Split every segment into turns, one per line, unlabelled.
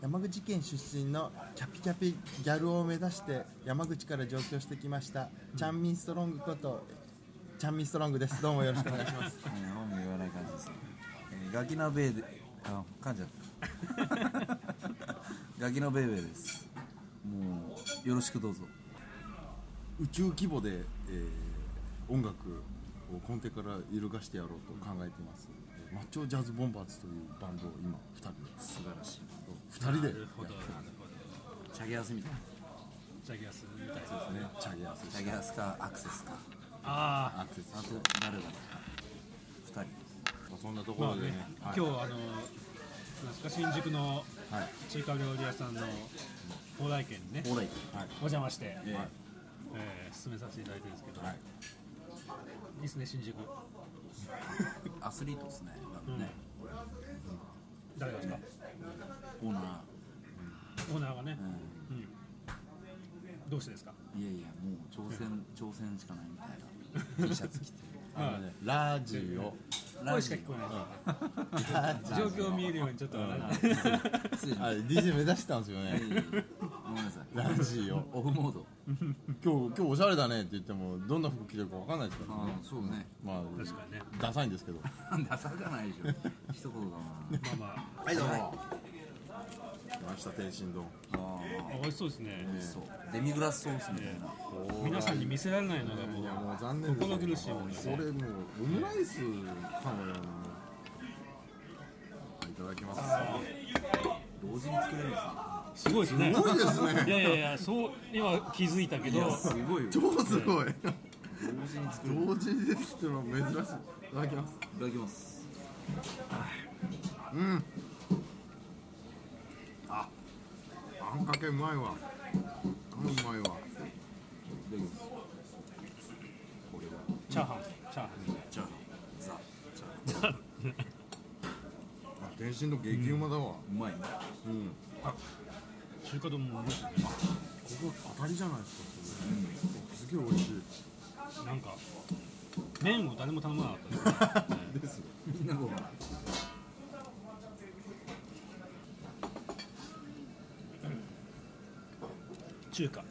山口県出身のキャピキャピギャルを目指して山口から上京してきました、チャンミンストロングことチャンミンストロングですどうもよろしくお願いします
えー本名言わない感じですね、えーガキのベイであ噛んじゃったガキのベイベーですもうよろしくどうぞ
宇宙規模で、えー音楽を根底から揺るがしてやろうと考えています、えーマッチョジャズボンバーズというバンドを今2人
素晴らしい
2人でや
ほどなるほど
チャゲアスみたいな
ジャギアスみたいな
ってねチャゲアス
チャゲアスかアクセスか
あ
アクセス
あ
して
と誰だろう2人
そんなと
あ
こ
まあ
ろで
ね
ね、
今
はい
日あのなんですか新宿の
はい
中華料理屋さんの高台軒にね
ほらい
お邪魔して、
えー
えー、進めさせていただいてるんですけど、
はいい、
いですね新宿
アスリートですねなんかね、
誰がですか
オーナ
オーナーがね
ー、、
うん、どうしてですか
うん、いやいやもう挑戦挑戦しかないみたいな T シャツ着 て
あのねラ ジオ
声しか聞こえない
ラ ジ
状況見えるようにちょっと笑う
失礼し
オあ
まし
DJ 目指してたんですよ
たいや
ね
いやいやごめんなさい
ラジオ
オフモード
今日今日おしゃれだねって言ってもどんな服着てるかわかんないですから
あ
ね
あそうね
まあ
確かにね
ダサいんですけど
なんだかないでしょ一言だな
まあま
はいどうも来ました天津丼
あ
あ美味しそうですね
あそうデミグラスソースみたいな
皆さんに見せられないのが
いや
も
も
う
う残念です
心苦しいもんね
それもうオムライスかもよいただきます
同時に作れるんです
ごいですね
すごいです
いや
ね
いやいやそう今気づいたけど
すすごいよ
超すごい
同時に作れるい
同時に出てきてるの珍しいいただきます
ただきます
あんかけうまいわあんうまいわ
いただきますこれは
チャーハンチャーハ
チャーハンザチャーハン
あ天津丼激うまだわ
うまいね
うん
ン中華丼も美味しい
ここ当たりじゃないですかそれすげえ美味しい
なんか麺を誰も頼まなかったです
ですよ
みんなご飯
中華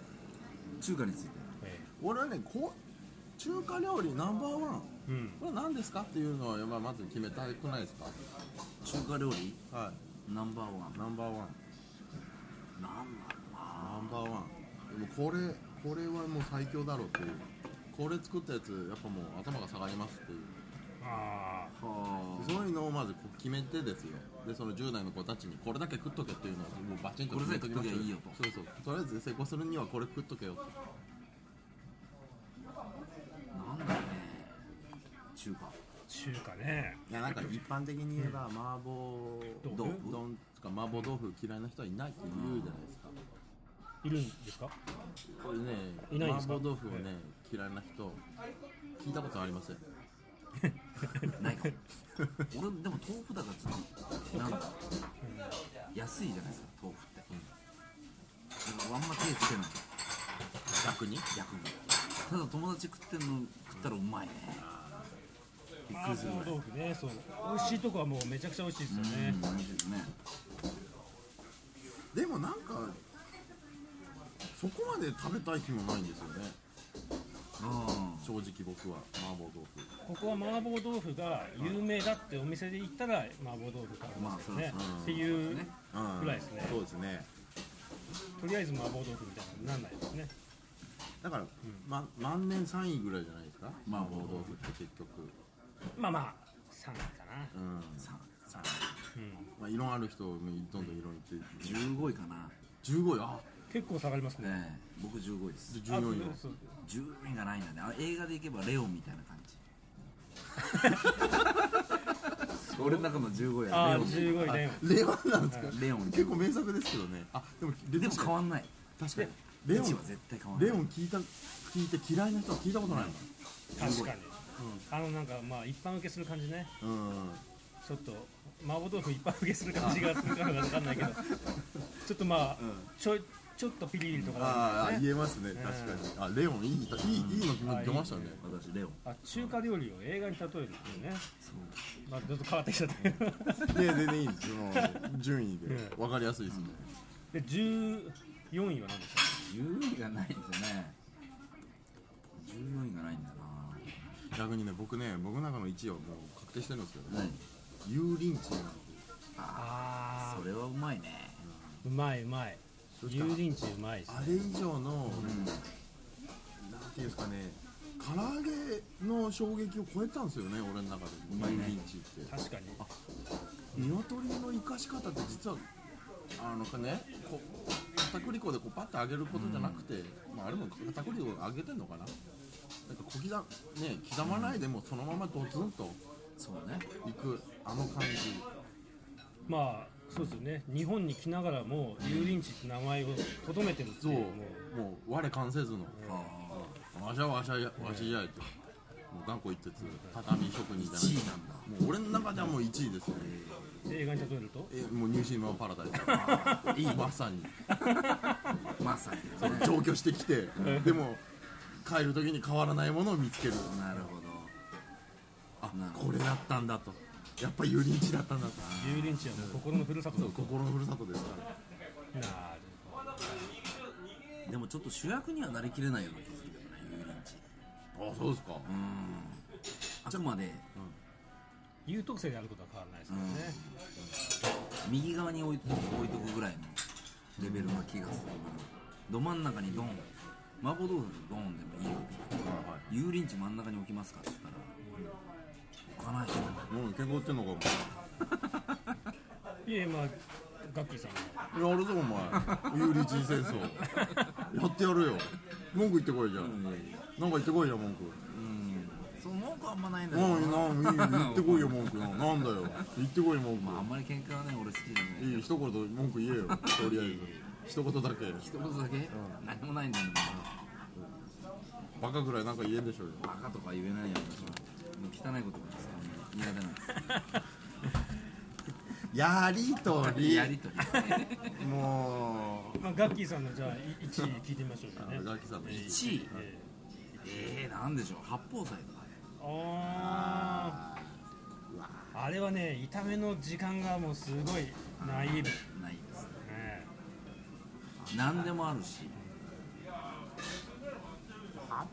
中華について
え
俺はねこう中華料理ナンバーワン
えうん
これは何ですかっていうのをやっぱまず決めたくないですか
中華料理
は
ナンバーワン
いナンバーワン
なんだ
ナンバーワンでもこれこれはもう最強だろうっていうこれ作ったやつやっぱもう頭が下がりますっていう
ああ
は
そういうのをまずこう決めてですよでその10代の子たちにこれだけ食っとけっていうのをもうバチンと決めときましょう
これだけ食っときゃい
そ
いよと
うそうとりあえず成功するにはこれ食っとけよって
あなんだろうね中華
中華ね
いやなんか一般的に言えば麻婆
豆腐
豆腐丼とか麻婆豆腐嫌いな人はいないって言うじゃないですか
いるんですか
これね
いないんです
麻
か
婆豆腐をね嫌いな人聞いたことありません
ないかも俺でも豆腐だからちょっとなんだろう安いじゃないですか豆腐って、だからあんま手つけない
逆に
逆にただ友達食ってんの食ったらうまいねびっく
麻
りする
婆
ぐらい
豆腐ねそう美味しいとこはもうめちゃくちゃ美味しいですよね
うん美味しいですね
でもなんかそこまで食べたい日もないんですよね
う
正直僕は麻婆豆腐
ここは麻婆豆腐が有名だってお店で行ったら麻婆豆腐買うんですよね、
まあ
っていう
ね
うん
ぐらいですね
そうですね
とりあえず麻婆豆腐みたいにならないですね
だから、ま、万年3位ぐらいじゃないですか麻
麻
婆
婆
豆
豆
腐っ
腐
て結局
まあまあ3位かな
うん、
さ
うん
まあ、異論ある人どんどん異論言って
15位かな
15位あ
結構下がりますね
ねえ僕15位です
で14位は
あそう
10位がないんだねあ映画で行けばレオンみたいな感 じ俺の中の15位は
あ
レオ
ー
ン
15位ね
レオンなんですか、
レオン
結構名作ですけどねあでもで
でも変わんない
確かに
レ
レオ
オ
ン
ンは絶対変わんない
レオン聞いた聞いて嫌いな人は聞いたことないもん
確かに、あのなんかまあ一般受けする感じね
うん
ちょっと麻婆豆腐一般受けする感じがするかは分かんないけどちょっとまあ、ちょいちょっとピリリとか
あ
ある
ーあ
んですね
言えますね確かにあレオンいいいいいいの気持ち出ましたね
私レオン
あ中華料理を映画に例えるっていうね
そう
まあちょっと変わってきちゃったけど
で全然いいですその順位で
う
分かりやすいですね
で14位は何でしたっ
10位がないですね14位がないんだ
逆にね僕ね僕の中の1位はもう確定してるんですけど
な何
ユーリンチなんて
け
ああ
あ
それはうまいね
うまいうまい油淋鶏うまいです
あれ以上の
うん
なんていうんですかね唐揚げの衝撃を超えたんですよね俺の中で
うまいね
ユーリンチって
確かに
鶏の生かし方って実はあのねこう片栗粉でこうパッて揚げることじゃなくて、まあ、あれも片栗粉揚げてんのかななんか小刻,、ね、刻まないでもうそのままドツンと
そうね
いくあの感じ
まあそうですよね日本に来ながらも油淋鶏って名前をとどめてるって
そう
いう
も
も
う我関せずの
ああ
わしゃわしゃやわしじゃいともう頑固一徹畳職人じゃない
1位なんだ
もう俺の中ではもう1位ですね
う映画に例えると
えもうニューシーマンパラダイス いいまさに
まさにね
上京してきてでも帰る時に変わらないものを見つける
なるほど
あ
なるほ
これだったんだとやっぱ油淋鶏だったんだと
油淋鶏はもう心のふるさとだ
そう心のふるさとですから
なる
でもちょっと主役にはなりきれないような気がするけどね油淋鶏
あそうですか
あくまで
優等生であることは変わらないですからね、
右側に置いとく置いとくぐらいのレベルな気がするなど真ん中にドン麻婆豆腐ドンでもいいよ油淋鶏真ん中に置きますかって言ったら置かないよ
もう結構売ってんのかお
いえまあガッキーさんは
前やるぞお前油淋鶏戦 争やってやるよ文句言ってこいじゃん、なんか言ってこいじゃん文句
その文句はあんまないんだけどな
なんなんいいよ言ってこいよ文句ななんだよ言ってこい文句、
まああんまり喧嘩はね俺好きじゃない
いい一言文句言えよとりあえず一言だけ
一言だけ、何もないんだよ
バカぐらいなんか言えんでしょうよ
バカとか言えないやん私はもう汚いことですからね苦
やりと
手なのやりとり
もう
まあ、ガッキーさんのじゃあい1位聞いてみましょうかね
ガキさんの
1位
え
えー、なんでしょう八宝菜とかね
ーあーあれはね炒めの時間がもうすごいナイーブ、
ないですね
え
何でもあるし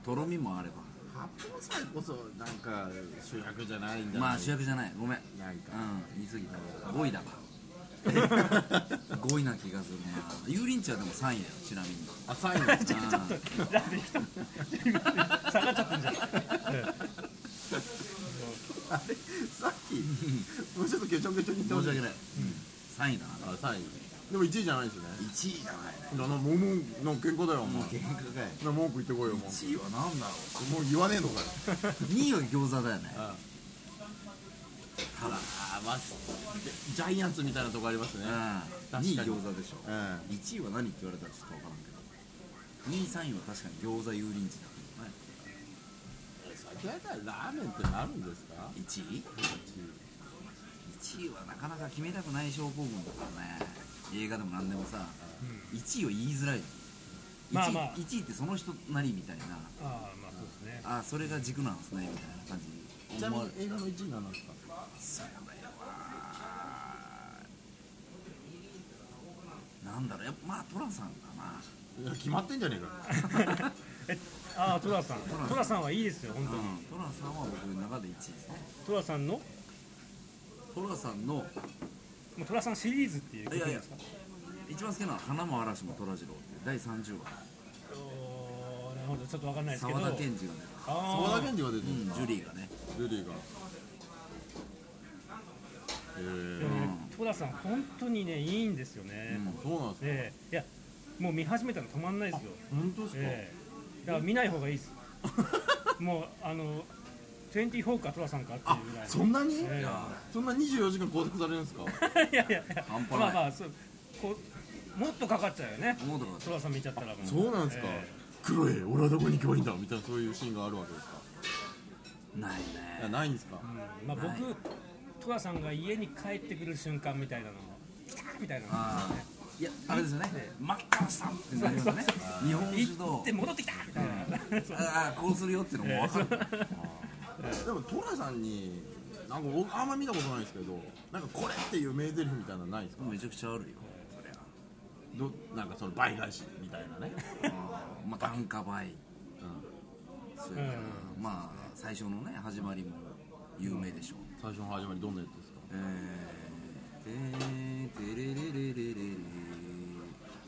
とろみもあれば
八宝菜こそなんか主役じゃないんだ
まあ主役じゃないごめんうん
なん か
言い過ぎた5位だから5位な気がするな油淋鶏はでも3位だよちなみに
あサインです
あー
ーだって人下がっちゃってんじゃん、え
あれさっきもうちょっとケチョンケチョンに言って
申
ほ
し
しい
訳ない3位だな
あサインでも1位じゃないしね
1位じゃないね
だなもうもうなんか喧嘩だよお
もう
前
喧嘩かい
な文句言ってこいよもう
1位は何だろ
もう言わねえのかよ
う2位は餃子だよね
ああまあジャイアンツみたいなとこありますね
うん
かに
2位餃子でしょ
うん
1位は何って言われたらちょっと分からんけど2位3位は確かに餃子油淋鶏だけどね
先ほどラーメンってなるんですか
1位1位はなかなか決めたくない症候群だからね映画でも何でもさ、1位を言いづらい
まあまあ
1, 位ってその人なりみたいな
ーああまあそうですね
あそれが軸なんですねみたいな感じ
ちなみ
思わ
に
れ
映画の1位なんですか
そうだよななんだろうやっぱまあ寅さんかない
や決まってんじゃねえか
えああ寅さん寅さんはいいですよ本当
う
に
ん寅、さんは僕の中で1位ですね
寅さんの
寅さんの
もう寅さんシリーズっていうこと
いやい
で
や
すか
一番好きなのは花も嵐も寅次郎っていう第30話
おーなるほどちょっとわかんないですけど
沢田研二がね、
沢
あ
田研二が出てるん
うん
ですか
ジュリーがね
ジュリーがへ
ーで
え
もね寅さん本当にねいいんですよね、
そうなんですか
ええいやもう見始めたら止まんないですよ
本当ですか
ええだから見ない方がいいです もうあの24かトラさんかっていうぐらい
そんなに
え
そんな24時間拘束されるんですか
えいやいやいや
半端ない
まあまあそうこうもっとかかっちゃうよね
もうだから
トラさん見ちゃったらもう
そうなんですか
え
黒い俺はどこに行けばいいんだみたいなそういうシーンがあるわけですか
ない
いや
ね
ないんですか
えまあ
ない
僕トラさんが家に帰ってくる瞬間みたいなのも来たみたいなのも
ああいやあれですよね待ってましたってなり ますね日本酒
行
と
って戻ってきたみたいな
ああこうするよっていうのも分かる
でも寅さんになんか僕あんま見たことないですけどなんかこれっていう名台詞みたいなのないですか
めちゃくちゃあるよそりゃ
どなんかその倍返しみたい なね
まあ単価倍、それから、まあ最初のね始まりも有名でしょう、
最初の始まりどんなやつですか
えー、てれれれれれれ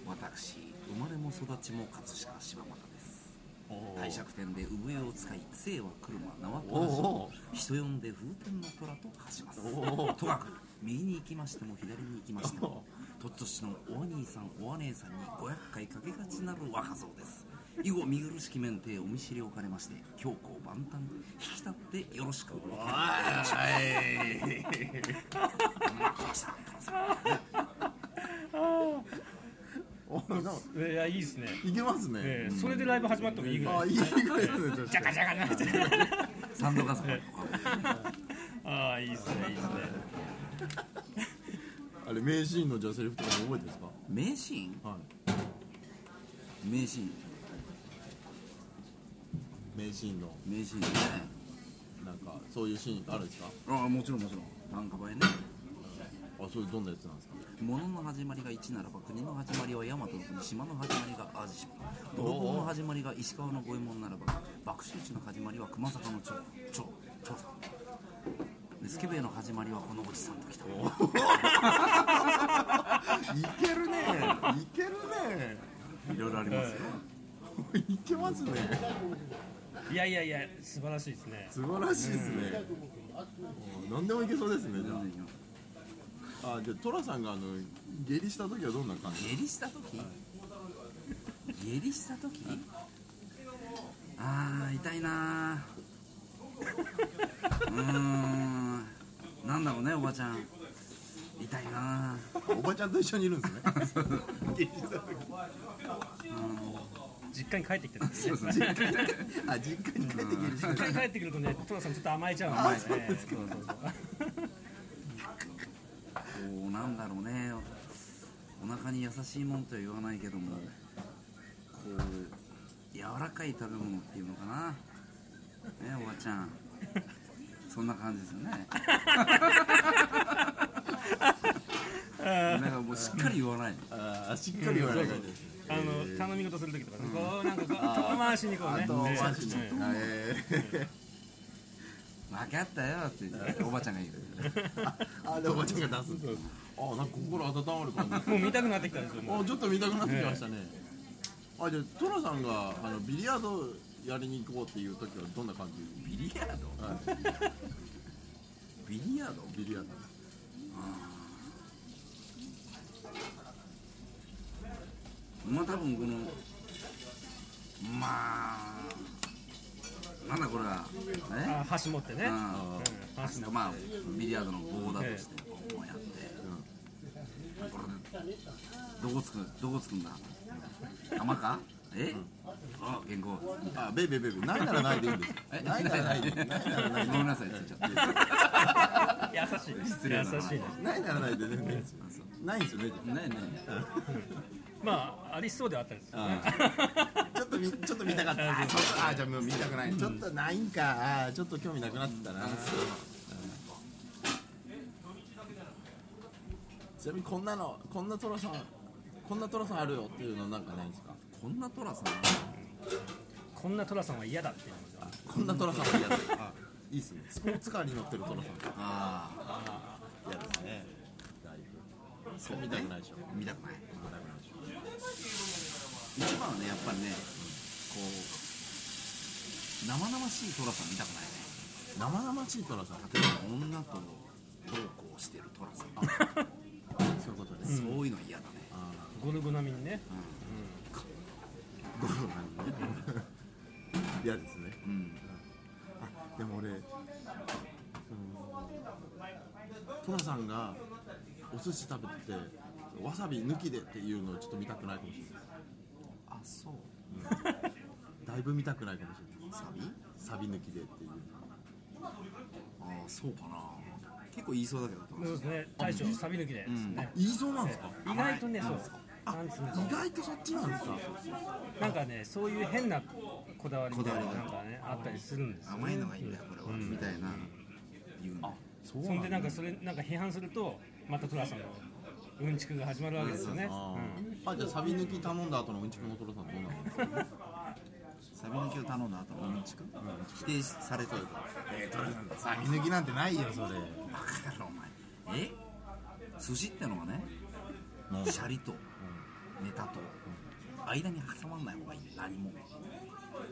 私生まれも育ちも葛飾柴又です 帝釈天で産毛を使い生は車縄
お
虎
お
人呼んで風天の虎と化します
お
とかく右に行きましても左に行きましてもとっとしのお兄さんお姉さんに500回かけがちなる若造です以後見苦しき面体お見知りおかれまして強行万端引き立ってよろしくお願いいたしますさん寅さん
おなんか
いやいいですね、
いけますね、
ええそれでライブ始まってもいいぐ
あ
らい
いいぐらいですね確
ジャ
か
カ
に
ジャカなって
サンドカさん
ああいいですねいいですね
あれ名シーンのじゃあセリフとかも覚えてるんですか
名シーン
は
名シーン
い名シーンの
名シーンね
なんかそういうシーンってあるんですか
ああもちろんもちろん単価倍ね
あそれどんなやつなんですか
物の始まりが1ならば国の始まりは大和の国島の始まりが淡路島泥棒の始まりが石川の五右衛門ならば爆周地の始まりは熊坂の長長長さんでスケベの始まりはこのおじさんときた
いけるねいけるね
いろいろありますよ
いけますね
いやいやいや素晴らしいですね
素晴らしいですね、うん、何でもいけそうですねじゃああじゃあ寅さんがあの下痢した時はどんな感じ
下痢した時下痢した時あー痛いなーうーんなんだろうねおばちゃん痛いなー
おばちゃんと一緒にいるん ですね下痢した時
実家に帰ってきてるんですね
実家に あ実家に帰って下痢した
実家に帰ってくるとね寅さんちょっと甘えちゃうんですね
こうなんだろうねお腹に優しいもんとは言わないけどもこう柔らかい食べ物っていうのかなねおばちゃんそんな感じですよねだからもうしっかり言わない
あーしっかり言わない感じです
あの頼み事する時とかねこうなんかこう遠回しにこうね
あと
ね
マジね
ね
えー
分かったよって言っておばちゃんが言う
あでおばちゃんが出すあなんか心温まる感じ
もう見たくなってきたんですよも
あちょっと見たくなってきましたね、あじゃあ寅さんがあのビリヤードやりに行こうっていう時はどんな感じ
ビリヤード
はい
ビリヤード
ビリヤード
まあ多分このまあなんだこれは
う
ね
あ箸持ってねうん
あー
箸持って
まあビリヤードの棒だとしてこうやって、これでどこつくどこつくんだ玉かえ、あ原稿
あベイベイベイベイないならないでいいん です
え
ないならないでないならない
ごめんなさいついちゃって
優しい
失
優
礼な
しいね
ないならないで全然いいんですよないんですよね
ねえね
まあありそうではあったんですよね
ちょっとみちょっと見たかったあちょっとあじゃあもう見たくないちょっとないんかあちょっと興味なくなってたなちなみにこんなのこんな寅さんこんな寅さんあるよっていうのなんかないんですか
えこんな寅さん
こんな寅さんは嫌だっていうのが
こんな寅さんは嫌だいいっすねスポーツカーに乗ってる寅さん
ああ
嫌ですねだいぶそう見たくないでしょ
見たくない一番はねやっぱりねこう生々しい寅さん見たくないね
生々しい寅さん
例えば女とどうこうしてる寅さん
そういうことで
そういうの嫌だね
ゴルゴ並みにね
ゴロなんで嫌ですね
うん
あでも俺その寅さんがお寿司食べててわさび抜きでっていうのをちょっと見たくないかもしれない
あそう
だいぶ見たくないかもしれないサ
サビ
ビ抜きでっていう
ああそうかな結構言いそうだけど
そうですね大将サビ抜きでですね、
言いそうなんですか
意外とねそうなんつうんだろう
意外とそっちなんですか
なんかねそういう変なこだわりみたいなのがなんかねあったりするんですよ
甘いのがいいんだよこれは、みたいな言うんだよ
そう
そんでなんかそれなんか批判するとまた寅さんのうんちくが始まるわけですよね、
あ
うん
ーあじゃあサビ抜き頼んだ後のうんちくのトロさんどうなの
サビ抜きを頼んだ後うんちく否定されてるから
えー、トラさんサビ抜きなんてないよそれ
バカ野郎お前え寿司ってのはねシャリとネタと間に挟まんない方がいい何も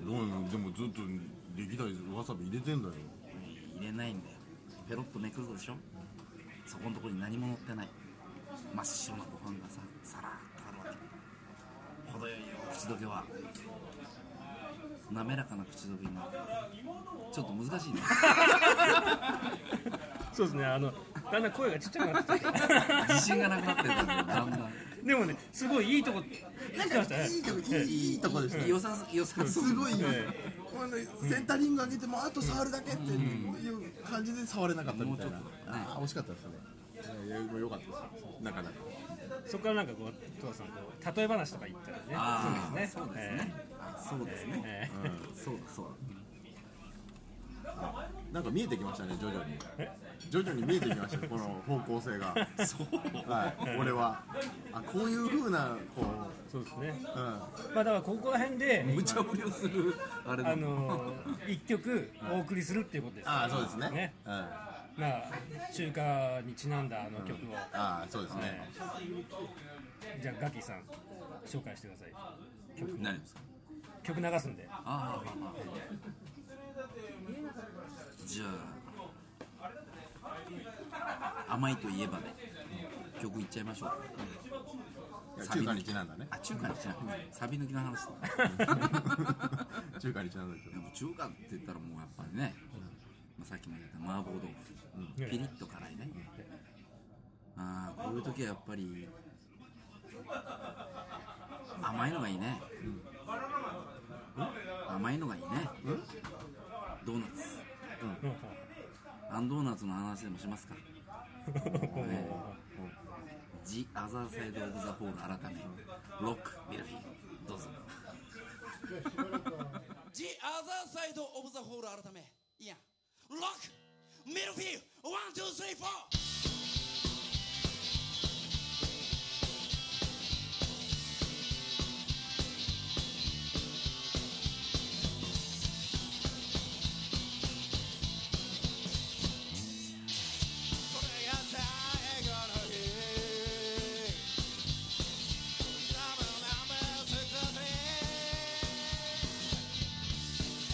どうよでもずっと歴代わさび入れてんだよ
入れないんだよペロッとめくるでしょそこのとこに何も乗ってない真っ白なご飯がささらっとあるわけ程よいよ口どけは滑らかな口どけになるちょっと難しいね
そうですねあのだんだん声がちっちゃくなってきた
自信がなくなってるんだよだんだん
でもねすごいいいとこなんか
いいとこいいいいとこでした
良さそ良さそう
すごいよ、これねセンタリング上げてもあと触るだけっていう感じで触れなかったみたいな
もうちょっと
あー惜しかったですねいやいや良かったですなかなか
そこからなんかこう寅さんこう例え話とか言った
あ
ら
あ
ね
そうですね、あそうですね、
えーえ
そうだそうだ
なんか見えてきましたね徐々に
え
徐々に見えてきましたこの方向性がそうはい俺はあこういうふうなこ
ーそうですね
う、うん、
まあだからここら辺で
無茶ぶりをするあれだ
あのー、一曲お送りするっていうことです
ああそうですね
ね
うん、あ
なあ中華にちなんだあの曲を、
あそうですね、
じゃあガキさん紹介してください
何ですか
曲流すんで
ああじゃあ甘いといえばね曲いっちゃいましょう
いや中華にちなんだね
あ中華にしないサビ抜きの話だ
中華にちなんだけど
でも中華って言ったらもうやっぱりね、まあ、さっきも言った麻婆豆腐、ピリッと辛いね、ああこういう時はやっぱり甘いのがいいね、甘いのがいいね、ドーナツアンドーナツの話でもしますかジ・アザーサイド・オブ・ザ・ホール改めロック・ミルフィーユどうぞ
The other side of the hole 改めいいやんロックミルフィーユワンツースリーフォーこれが最後の日「ラブラブすくせ」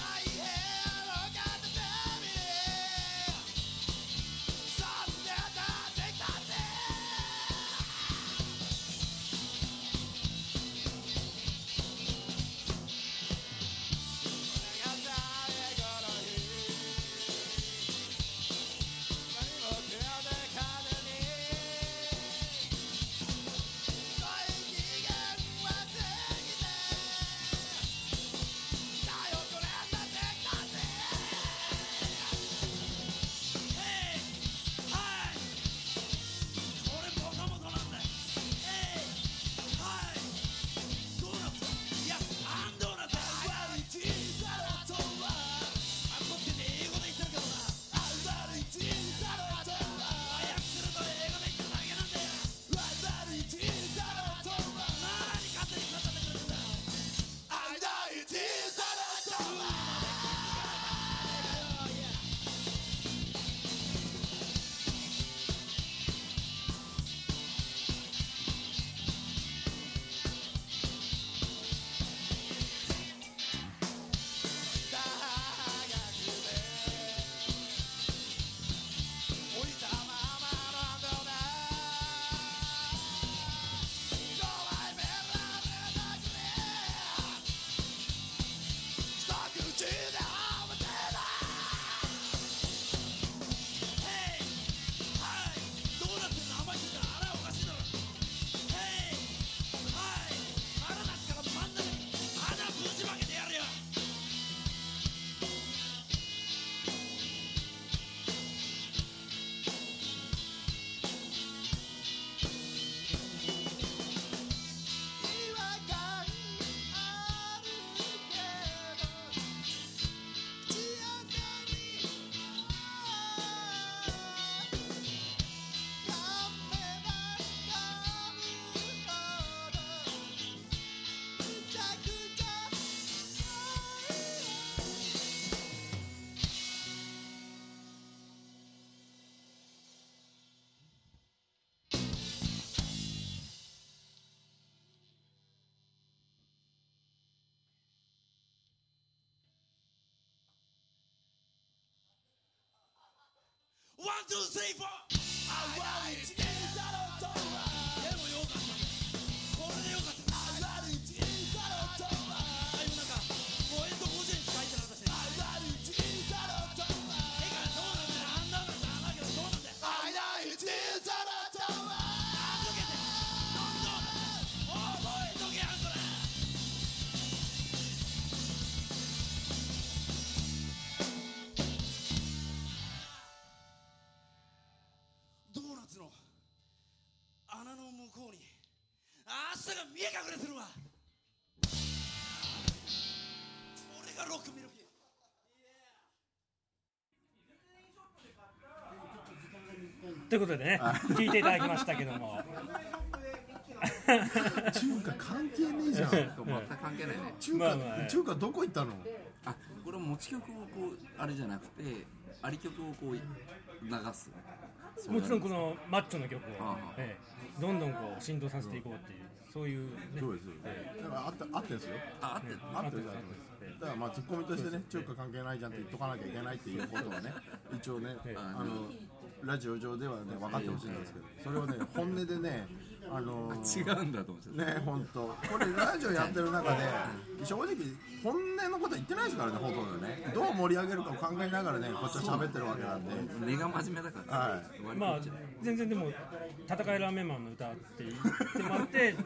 I had a got the family. Some that I take One, two, three, four. 1でもよかったねこれでよかった最後なんか公園と午前しか入ってなかったしてかどうなんだよあんなのさあんなけどどうなんだよ預けてどんどん覚えとけやんこれドーナツの穴の向こうに明日が見え隠れするわ俺がロックミルフィーユ
ということでね聞いていただきましたけど も
中華関係ねえじゃん
全く関係ないね
中華、
まあまあ
中華どこ行ったの
あこれ持ち曲をこうあれじゃなくてあり曲をこう流す
もちろんこ
の
のマッチョの曲を
ああ、
ええどんどんこう浸透させていこうっていうそういうね
そうですよだからあったあってんですよ
ああって
あってるじゃんだからまあツッコミとしてね中華関係ないじゃんって言っとかなきゃいけないっていうことはね一応ね
え
あのラジオ上ではね分かってほしいんですけどそれをね本音でねあの
違うんだと思ってた
ね本当これラジオやってる中で正直本音のこと言ってないですからねほとんどねどう盛り上げるかを考えながらねこっちは喋ってるわけなんで
根が真面目だから、
はい
割と
まあ全然でも「戦いラーメンマンの歌」って言ってもら って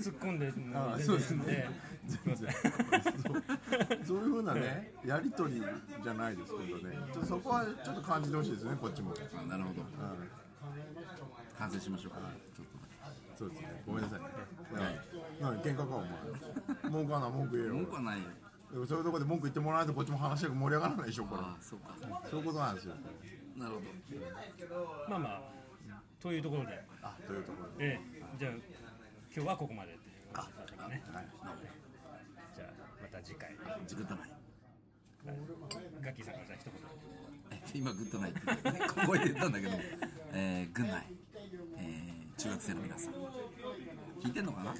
突っ込んでるの
あ
も
あ
全
そう
然
で
いい
す
んで
ね全然そうそういうふうなねやり取りじゃないですけどねちょそこはちょっと感じてほしいですねこっちも、
あなるほど
うん
完成しましょうかちょっと
そうですね。ごめんなさい。はい。なんで喧嘩かお前。文句はな文句言えよ。
文句はないよ
そういうとこで文句言ってもらわないとこっちも話が盛り上がらないでしょこ
ああそうか
れ。そういうことなんですよ。
なるほど
まあまあというところで、
あというところで。
ええじゃあ今日はここまでっていうことでしたね
はい。
じゃあまた次回
グッドナイト
ガッキーさんからじゃあ一言
えっと 今グッドナイトって言ってここで言ったんだけど、えー、グッナイ、えー、中学生の皆さん聞いてんのかな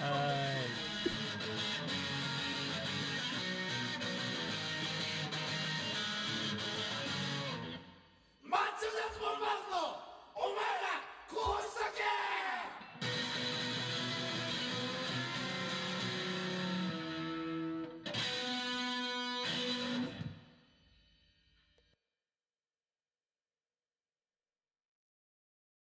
は